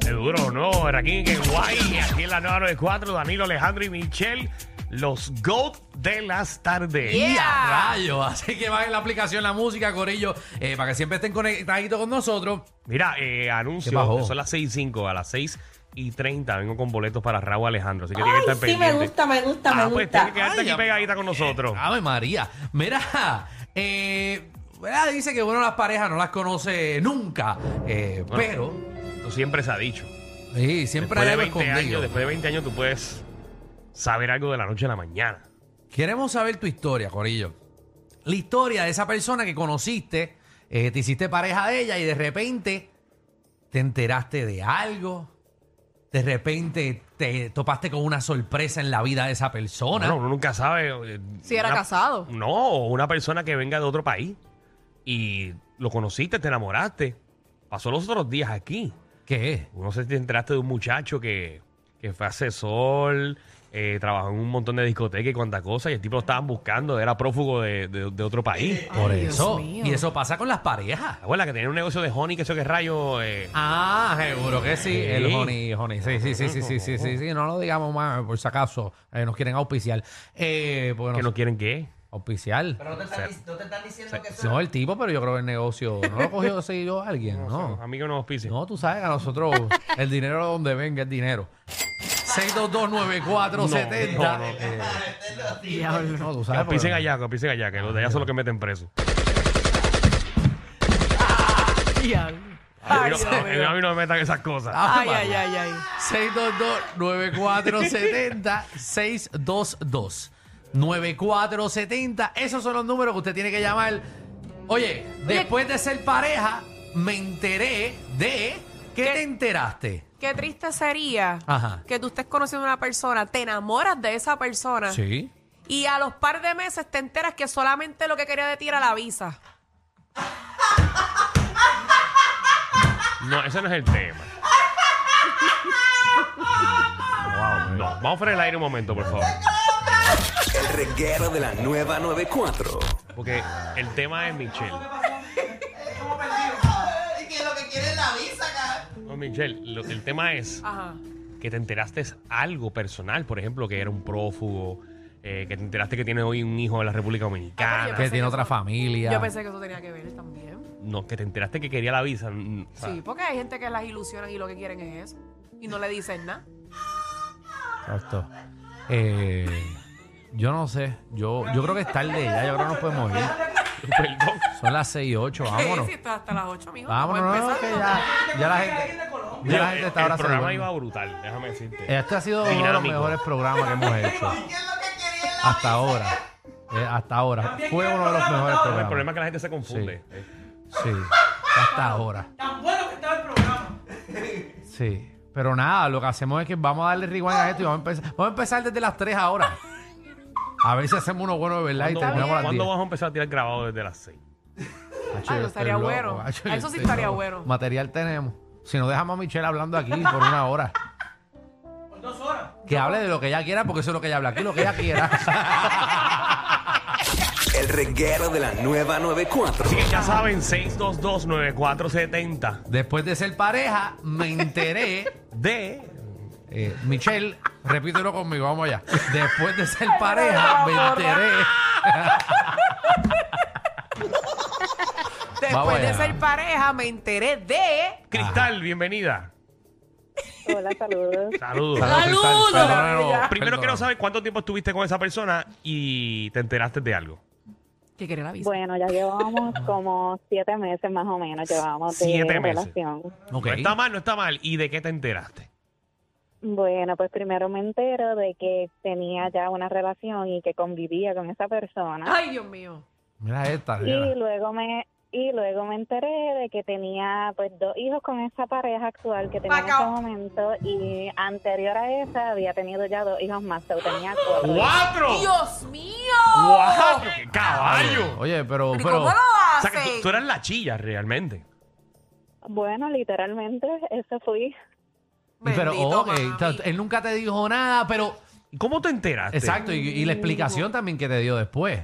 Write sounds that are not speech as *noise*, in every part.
Qué duro, ¿no? Aquí en Guay, aquí en la 994, Danilo, Alejandro y Michelle, los GOAT de las tardes. ¡Ya! ¡Rayo! *laughs* Así que bajen la aplicación, la música, Corillo, eh, para que siempre estén conectaditos con nosotros. Mira, eh, anuncio, ¿Qué bajó? son las 6 y 5, a las 6 y 30 vengo con boletos para Raúl Alejandro, así que tiene Ay, que estar sí, me pendiente. gusta, me gusta, Ah, me pues gusta. tiene que quedarte Ay, aquí ya- pegadita con nosotros. ¡Ave María! Mira, eh, ¿verdad? dice que bueno, las parejas no las conoce nunca, eh, pero Tú siempre se ha dicho. sí, siempre Después hay de algo 20 años, escondido. después de 20 años tú puedes saber algo de la noche a la mañana. Queremos saber tu historia, Corillo. La historia de esa persona que conociste, eh, te hiciste pareja de ella y de repente te enteraste de algo. De repente te topaste con una sorpresa en la vida de esa persona. Bueno, uno nunca sabe. eh, Si era una- casado. No, o una persona que venga de otro país y lo conociste, te enamoraste. Pasó los otros días aquí. ¿Qué es? Uno se te enteraste de un muchacho que, que fue asesor, eh, trabajó en un montón de discotecas y cuanta cosa, y el tipo lo estaban buscando, era prófugo de, de- de otro país. Por Dios eso. mío. Y eso pasa con las parejas. La abuela que tenía un negocio de honey, que eso que rayo. eh, Ah, seguro que sí. Sí. El honey, honey. Sí, sí, sí, sí, sí, sí, sí, sí. No lo digamos más, por si acaso. eh, nos quieren auspiciar. Eh, porque que nos- no quieren qué. Auspiciar. O sea, No, el tipo, pero yo creo que el negocio no lo cogió seguido alguien, no, ¿no? amigo no auspicia. No, tú sabes que a nosotros el dinero donde venga es dinero. No, no, 6229470. no. eh, Diablo. no, tú Que sabes. auspicien Ah, pero- allá, que auspicien allá, que los de allá son los que meten *laughs* preso. Diablo. A mí Ay, no- Dios mío. a mí no me metan esas cosas. Ah, Ay, ay, ay, ay. 622-9470. 622-9470. Esos son los números que usted tiene que llamar. Oye, después de ser pareja, me enteré de. ¿Qué, te enteraste? Qué triste sería Ajá. que tú estés conociendo a una persona, te enamoras de esa persona Sí. y a los par de meses te enteras que solamente lo que quería de ti era la visa. No, ese no es el tema. Wow, no. Vamos fuera del aire un momento, por favor. El reguero de la nueva 94. Porque el tema es Michelle. que lo que quiere es la visa, cabrón. No, Michelle, lo- el tema es Ajá. que te enteraste algo personal, por ejemplo, que era un prófugo, eh, que te enteraste que tiene hoy un hijo de la República Ah, Dominicana. Que pero Pensé tiene que otra son- familia. Yo pensé que eso tenía que ver también. No, que te enteraste que quería la visa. mm, o sea, Sí, porque hay gente que las ilusionan y lo que quieren es eso. Y no le dicen nada. *laughs* Exacto. Eh, yo no sé. Yo, yo creo que es tarde ya. Yo creo que nos podemos ir. *laughs* Perdón. Son las 6 y 8. Vámonos. Sí, sí, hasta, hasta las 8, mijo. Vámonos, no, no, Estamos que empezando. ya, ya la gente, *laughs* ya la gente está el programa ahora saludando. iba brutal, déjame decirte. Este ha sido uno de los Dinámico. mejores programas que hemos hecho ¿Qué es lo que quería es la hasta ahora. Eh, hasta ahora. Fue uno de los mejores el problema programas. es que la gente se confunde. Eh, Sí, hasta ahora. Tan bueno que estaba el programa. Sí. Pero nada, lo que hacemos es que vamos a darle rewind a esto y vamos a empezar, vamos a empezar desde las 3 ahora. A ver si hacemos uno bueno de verdad y ¿Cuándo, terminamos a las cuándo 10. vas a empezar a tirar grabado desde las 6? Hacho, Ah, yo eso estoy estaría loco, bueno. hacho, Eso yo sí estoy estaría loco. bueno. Material tenemos. Si no dejamos a Michelle hablando aquí por una hora. Por dos horas. Que hable de lo que ella quiera, porque eso es lo que ella habla aquí, lo que ella quiera. El reguero de la nueva 94. Así que ya saben, 6229470 Después de ser pareja, me enteré. *laughs* de... eh, Michelle, repítelo conmigo, vamos allá. Después de ser pareja, me enteré. Después Vamos de allá. ser pareja, me enteré de. Cristal, bienvenida. Hola, saludos. Saludos. Saludos. Saludos. Primero quiero saber cuánto tiempo estuviste con esa persona y te enteraste de algo. ¿Qué quiere la visa? Bueno, ya llevamos como siete meses más o menos, llevamos de Siete meses. relación. Ok. No está mal, no está mal. ¿Y de qué te enteraste? Bueno, pues primero me entero de que tenía ya una relación y que convivía con esa persona. Ay, Dios mío. Mira esta. Y nena. luego me y luego me enteré de que tenía pues dos hijos con esa pareja actual que tenía en ese Paca. momento y anterior a esa había tenido ya dos hijos más, so tenía cuatro. ¡Cuatro! ¡Dios mío! ¡Guau! ¡Qué caballo! Oye, pero, ¿Y pero cómo lo O hace? sea, que tú, tú eras la chilla realmente. Bueno, literalmente eso fui. pero Bendito, oh, eh, mami. ta- él nunca te dijo nada, pero ¿Y ¿Cómo te enteraste? exacto, y, y la explicación también que te dio después.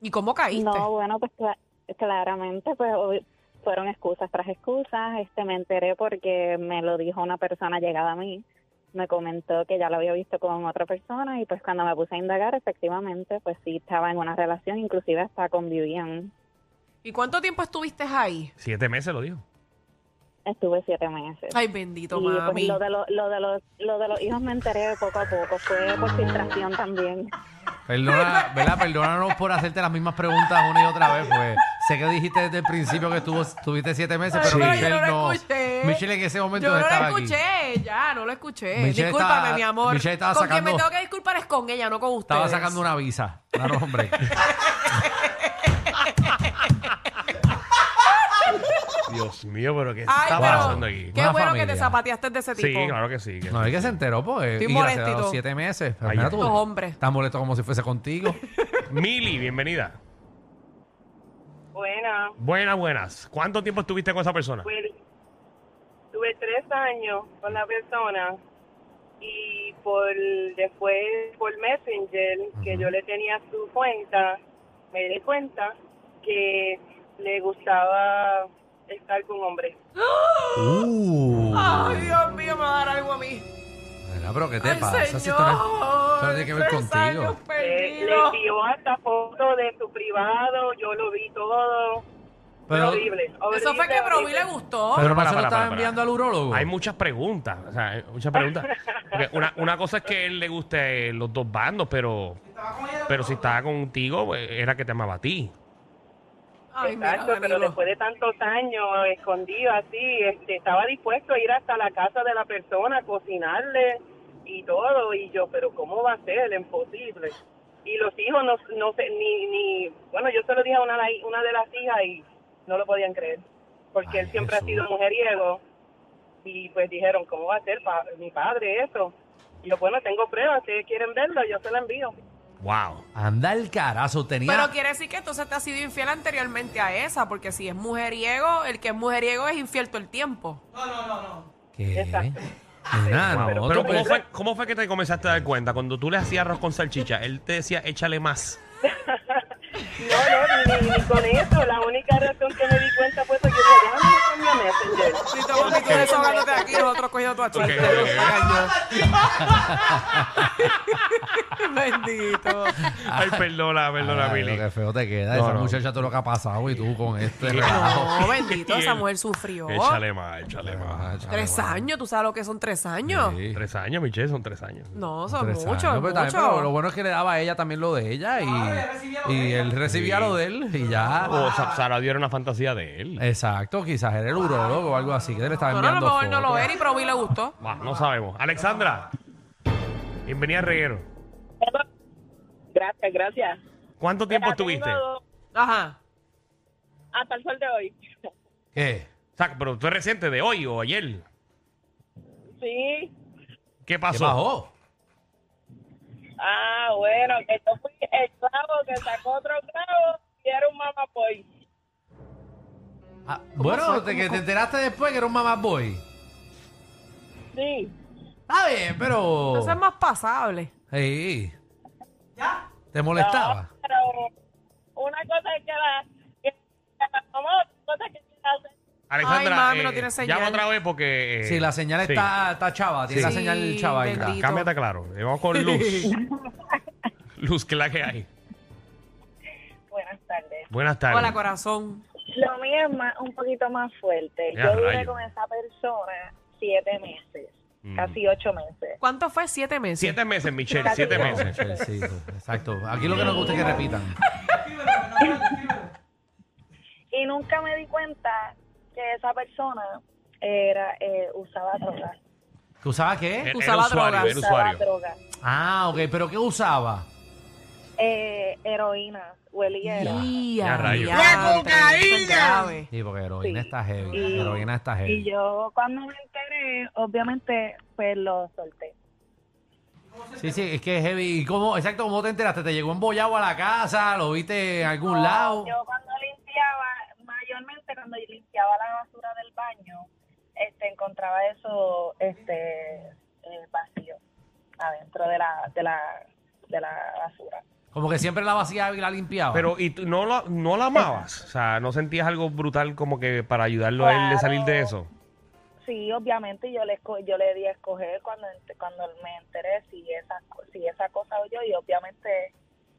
¿Y cómo caíste? No, bueno, pues cla- claramente pues ob- fueron excusas tras excusas. Este me enteré porque me lo dijo una persona llegada a mí. Me comentó que ya lo había visto con otra persona y pues cuando me puse a indagar, efectivamente, pues sí estaba en una relación, inclusive hasta convivían. ¿Y cuánto tiempo estuviste ahí? Siete meses lo dijo. Estuve siete meses. Ay, y bendito, pues, mami. lo, de lo, lo, de los, lo de los hijos me enteré poco a poco, fue por filtración también. Perdona, ¿verdad? Perdónanos por hacerte las mismas preguntas una y otra vez, pues sé que dijiste desde el principio que estuvo, estuviste siete meses, Ay, pero pero yo Michelle no lo no. escuché. Michelle en ese momento Yo no no lo estaba aquí. escuché, ya, no lo escuché. Michelle Discúlpame, estaba- mi amor. Michelle estaba con sacando- quien me tengo que disculpar es con ella, no con ustedes. Pues, Estaba sacando una visa. Claro, *laughs* hombre. Dios mío, pero ¿qué Ay, está pero pasando aquí? qué Una bueno que familia. te zapateaste de ese Sí, tipo. claro que sí. que- No, es que se enteró, pues. Estoy y gracias a molestito. los siete meses. Pero Ay, mira ay. tú, Los hombres. Estás molesto como si *laughs* fuese contigo. Mili, bienvenida. Bueno, Buenas, buenas. ¿Cuánto tiempo estuviste con esa persona? pues tuve tres años con la persona y por después por Messenger que yo le tenía su cuenta me di cuenta que le gustaba estar con hombres Uh. Ay, Dios mío, me va a dar algo a mí. Mira, pero ¿qué te Ay, pasa? señor. Si esto no- esto no tiene que ver tres contigo. Eh, años le, perdidos. le envió hasta fotos de su privado yo lo vi todo Pero, horrible, Eso fue horrible, que Provi le horrible. gustó. pero no Para, se lo para, estaba para, enviando al para. urólogo. Hay muchas preguntas. O sea, hay muchas preguntas. Porque una, una cosa es que él le guste los dos bandos, pero, pero si estaba contigo, pues, era que te amaba a ti. Ay, mira, Exacto, pero Danilo. después de tantos años escondido así, este, estaba dispuesto a ir hasta la casa de la persona, cocinarle y todo, y yo, pero ¿cómo va a ser? Imposible. Y los hijos no, no sé, ni, ni, bueno, yo se lo dije a una, la- una de las hijas y no lo podían creer, Ay, porque él siempre Jesús. ha sido mujeriego, y pues dijeron, ¿cómo va a ser pa- mi padre eso? Y yo, bueno, tengo pruebas, si quieren verlo, yo se la envío. Wow. Anda el carazo, tenía. Pero quiere decir que entonces te has sido infiel anteriormente a esa, porque si es mujeriego, el que es mujeriego es infiel todo el tiempo. No, no, no, no. ¿Qué? Exacto. Nena, no, Pero, tú ¿cómo, puedes- fue, cómo fue que te comenzaste a dar cuenta? Cuando tú le hacías arroz con salchicha, él te decía, échale más. No, no, ni, ni con eso. La única razón que me di cuenta fue pues porque yo déjame con mi messenger. Si te vas tú desahogándote aquí, nosotros cogiendo tu acharte. Ok, ok, *laughs* Bendito. Ay, perdona, perdona, Ay, Mili. lo que feo te queda. No, Esa no. muchacha todo lo que ha pasado y tú con este relajo. No, bendito, esa mujer sufrió. Échale más, échale más. Tres años, ¿tú sabes lo que son tres años? Sí. Tres años, Michelle, son tres años. No, son Tres muchos, años, pero, pues, también, pero lo muchos. bueno es que le daba a ella también lo de ella y, Ah, ella recibía lo y de ella. Oh, él recibía Sí. lo de él y ya. Ah. O Sa- Sara dio era una fantasía de Eh. él. Exacto, quizás era el urólogo o algo así que le estaba No, no, a enviando lo mejor no lo fotos. era y Provi le gustó. Bah, no sabemos. Alexandra, bienvenida a Reguero. Gracias, gracias. ¿Cuánto tiempo estuviste? O Ajá. Hasta el sol de hoy. ¿Qué? sea, pero tú es reciente, de hoy o ayer. Sí. ¿Qué ¿Qué pasó? bajó? Ah, bueno, que yo fui el clavo que sacó otro clavo y era un mamapoy. Ah, bueno, te, fue? ¿Cómo, que te cómo? enteraste después que era un mamá boy. Sí. Está bien, pero. Eso es más pasable. Sí. ¿Ya? ¿Te molestaba? Pero una cosa es que la... Que la mamá, otra cosa es que la hace. Alexandra, eh, Ay, mami, no tiene señal. llama otra vez porque... eh, Sí, la señal sí. está, está chava, tiene Sí. la señal chava ahí. bendito. Cámbiate claro. Eh, Vamos con *laughs* Luz. Luz, que es la que hay. Buenas tardes. Buenas tardes. Hola, corazón. Lo mío es más, un poquito más fuerte. Ya, Yo duré rayo. Mm. con esa persona siete meses. casi ocho meses. ¿Cuánto fue? ¿Siete meses? Siete meses, Michelle, Casi siete dos. meses. Sí, sí, sí, exacto. Aquí lo que nos gusta es que repitan. Y nunca me di cuenta que esa persona era eh, usaba droga. ¿Que usaba Era qué? ¿Eh? Usaba usuario, drogas. era Usaba usuario. droga. Ah, ok, pero ¿qué usaba? Eh, heroína, hueliera. Ya, ¡Ya, rayos. ¡La cocaína! Sí, porque heroína Sí. está heavy. Y- heroína está Y heavy. yo cuando me enteré, obviamente, pues lo solté. Sí, sí, es que es heavy. ¿Y cómo, exacto, cómo te enteraste? ¿Te llegó embollado a la casa? ¿Lo viste en algún lado? Yo cuando limpiaba, mayormente cuando yo limpiaba la basura del baño, este, encontraba eso este, eh, vacío adentro de la, de la, de la basura. Como que siempre la vaciaba y la limpiaba. Pero, ¿y tú no la, no la amabas? O sea, ¿no sentías algo brutal como que para ayudarlo a él de salir de eso? Sí, obviamente yo le esco- yo le di a escoger cuando ent- cuando me enteré si esa co- si esa cosa o yo y obviamente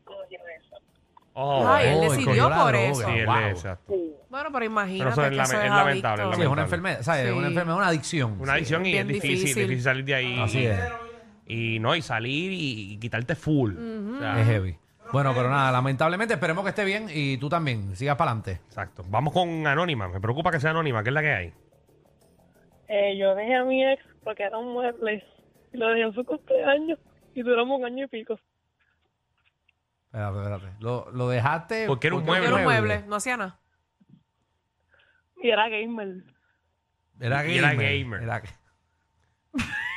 cogió eso. Oh, Ay, Ah, él Oh, decidió cogió la por droga. eso. sí, él Wow. es, exacto. Sí. Bueno, pero Pero imagínate eso es que lame- eso es es lamentable, adicto. Sí, es una lamentable. enfermedad, ¿sabes? Es una Sí. enfermedad, una adicción. Una Sí. adicción y Bien es difícil, difícil. difícil, salir de ahí. Así es. Y no, y salir y, y quitarte full. O sea, Es heavy. Bueno, pero nada, lamentablemente esperemos que esté bien y tú también, sigas para adelante. Exacto. Vamos con Anónima. Me preocupa que sea Anónima, que es la que hay. Eh, yo dejé a mi ex porque era un mueble y lo dejé en su cumpleaños y duramos un año y pico. Espérate, espérate. Lo, lo dejaste. Porque era un Yo era un mueble. mueble, no hacía nada. Y era gamer. Era Y gamer. era gamer. *laughs*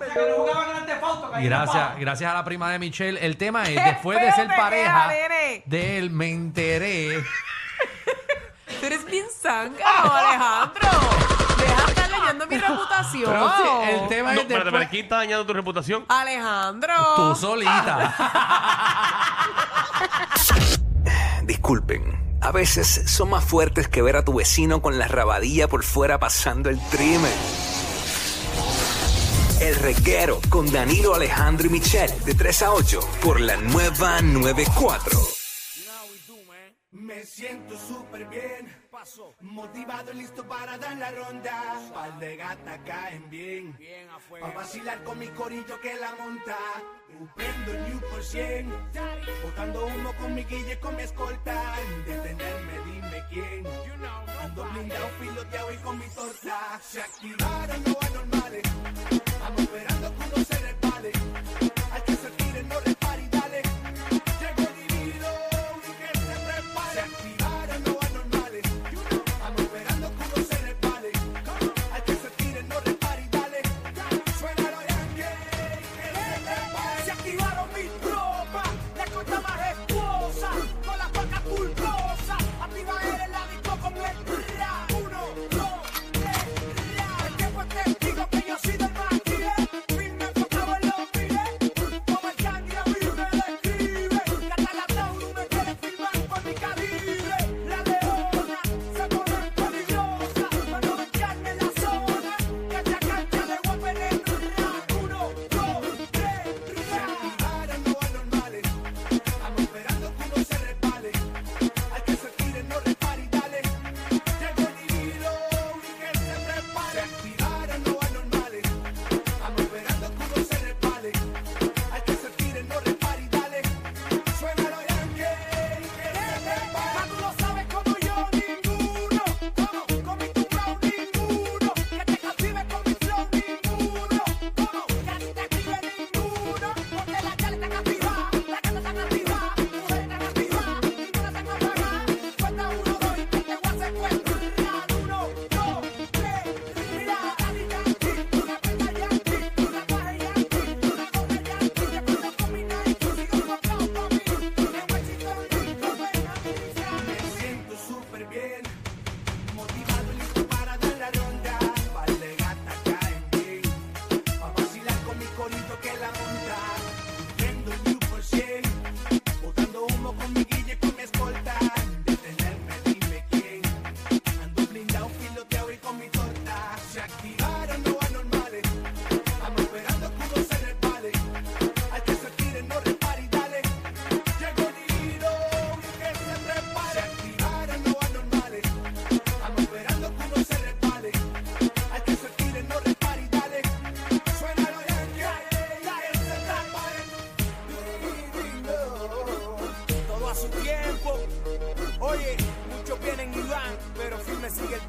Era- O sea, que no jugaban este al antefoto, que Gracias, gracias a la prima de Michelle. El tema *laughs* es, después de ser feo te pareja queda, nene! de él, me enteré. Tú eres bien zancado, *laughs* Alejandro. Deja de estar leyendo mi reputación. Pero sí, el tema No, es espérate, pero después, aquí está dañando tu reputación. Alejandro. tú *laughs* solita. Disculpen, a veces son más fuertes que ver a tu vecino con la rabadilla por fuera pasando el trimen. El reguero con Danilo Alejandro y Michel de 3 a 8 por la nueva 94. Me siento súper bien, motivado, listo para dar la ronda. Pal de gata caen bien, bien a vacilar con mi corillo que la monta. Prendo el New por 100, botando humo con mi guille, con mi escolta. Detenerme, dime quién. Ando blindado, piloteado y con mi torta. Se activaron los anormales, vamos esperando que uno se repare. Al que se tire, no repare y dale. Llegó dividido y que se prepare. Se activaron los anormales. Vamos esperando que uno se repare. Al que se tire, no repare y dale. Suena los yankees y que se prepare. Se activaron mis tropas. La costa majestuosa. Con la paca culposa. Activa el látigo con el ra. Uno, dos, tres, ra. El tiempo es testigo que yo soy del más Firme enfocado en los miles. Como el candy a mí me describe. La Tauro me quiere firmar por mi calibre. La leona se pone peligrosa. Para no echarme la zona. Cacha, cacha, le voy a penetrar. Uno, dos, tres, ra. Activaron los anormales. Vamos esperando que uno se repare. Al que se tire no repare y dale. Llegó el divino y que se prepare. Se activaron los anormales. Vamos esperando que uno se repare. Al que se tire no repare y dale. Suena los yankees y que se prepare. Más tú lo sabes como yo ninguno. Como con mi tumbao ninguno. Que te castigue con mi flow ninguno. Como que a ti te escribe ninguno. Porque la chale está cautivada, la gata está cautivada, mujer está cautivada, ninguna está cautivada. Cuenta uno, dos y que te voy a secuestrar. Uno, dos, tres, mira, dale yanqui, una pena yanqui, una paja yanqui, una gorra yanqui, te cuido con mi Nike, sigo loco por mí, me voy chingando, no me analizas. Me siento súper bien, motivado, listo para dar la ronda. Par de gatas caen bien. Pa' vacilar con mi corito que la monta. Prendo el New por 100, botando humo con mi guille, con mi escolta. Detenerme, dime quién. Ando blindado, piloteado y con mi torta. Se activaron los anormales. Vamos esperando que uno se repare. Al que se tire, no repare y dale. Llegó Niro y que se prepare. Se activaron los anormales. Vamos esperando que uno se repare. Al que se tire, no repare y dale. su tiempo. Oye, muchos vienen y van, pero firme sigue el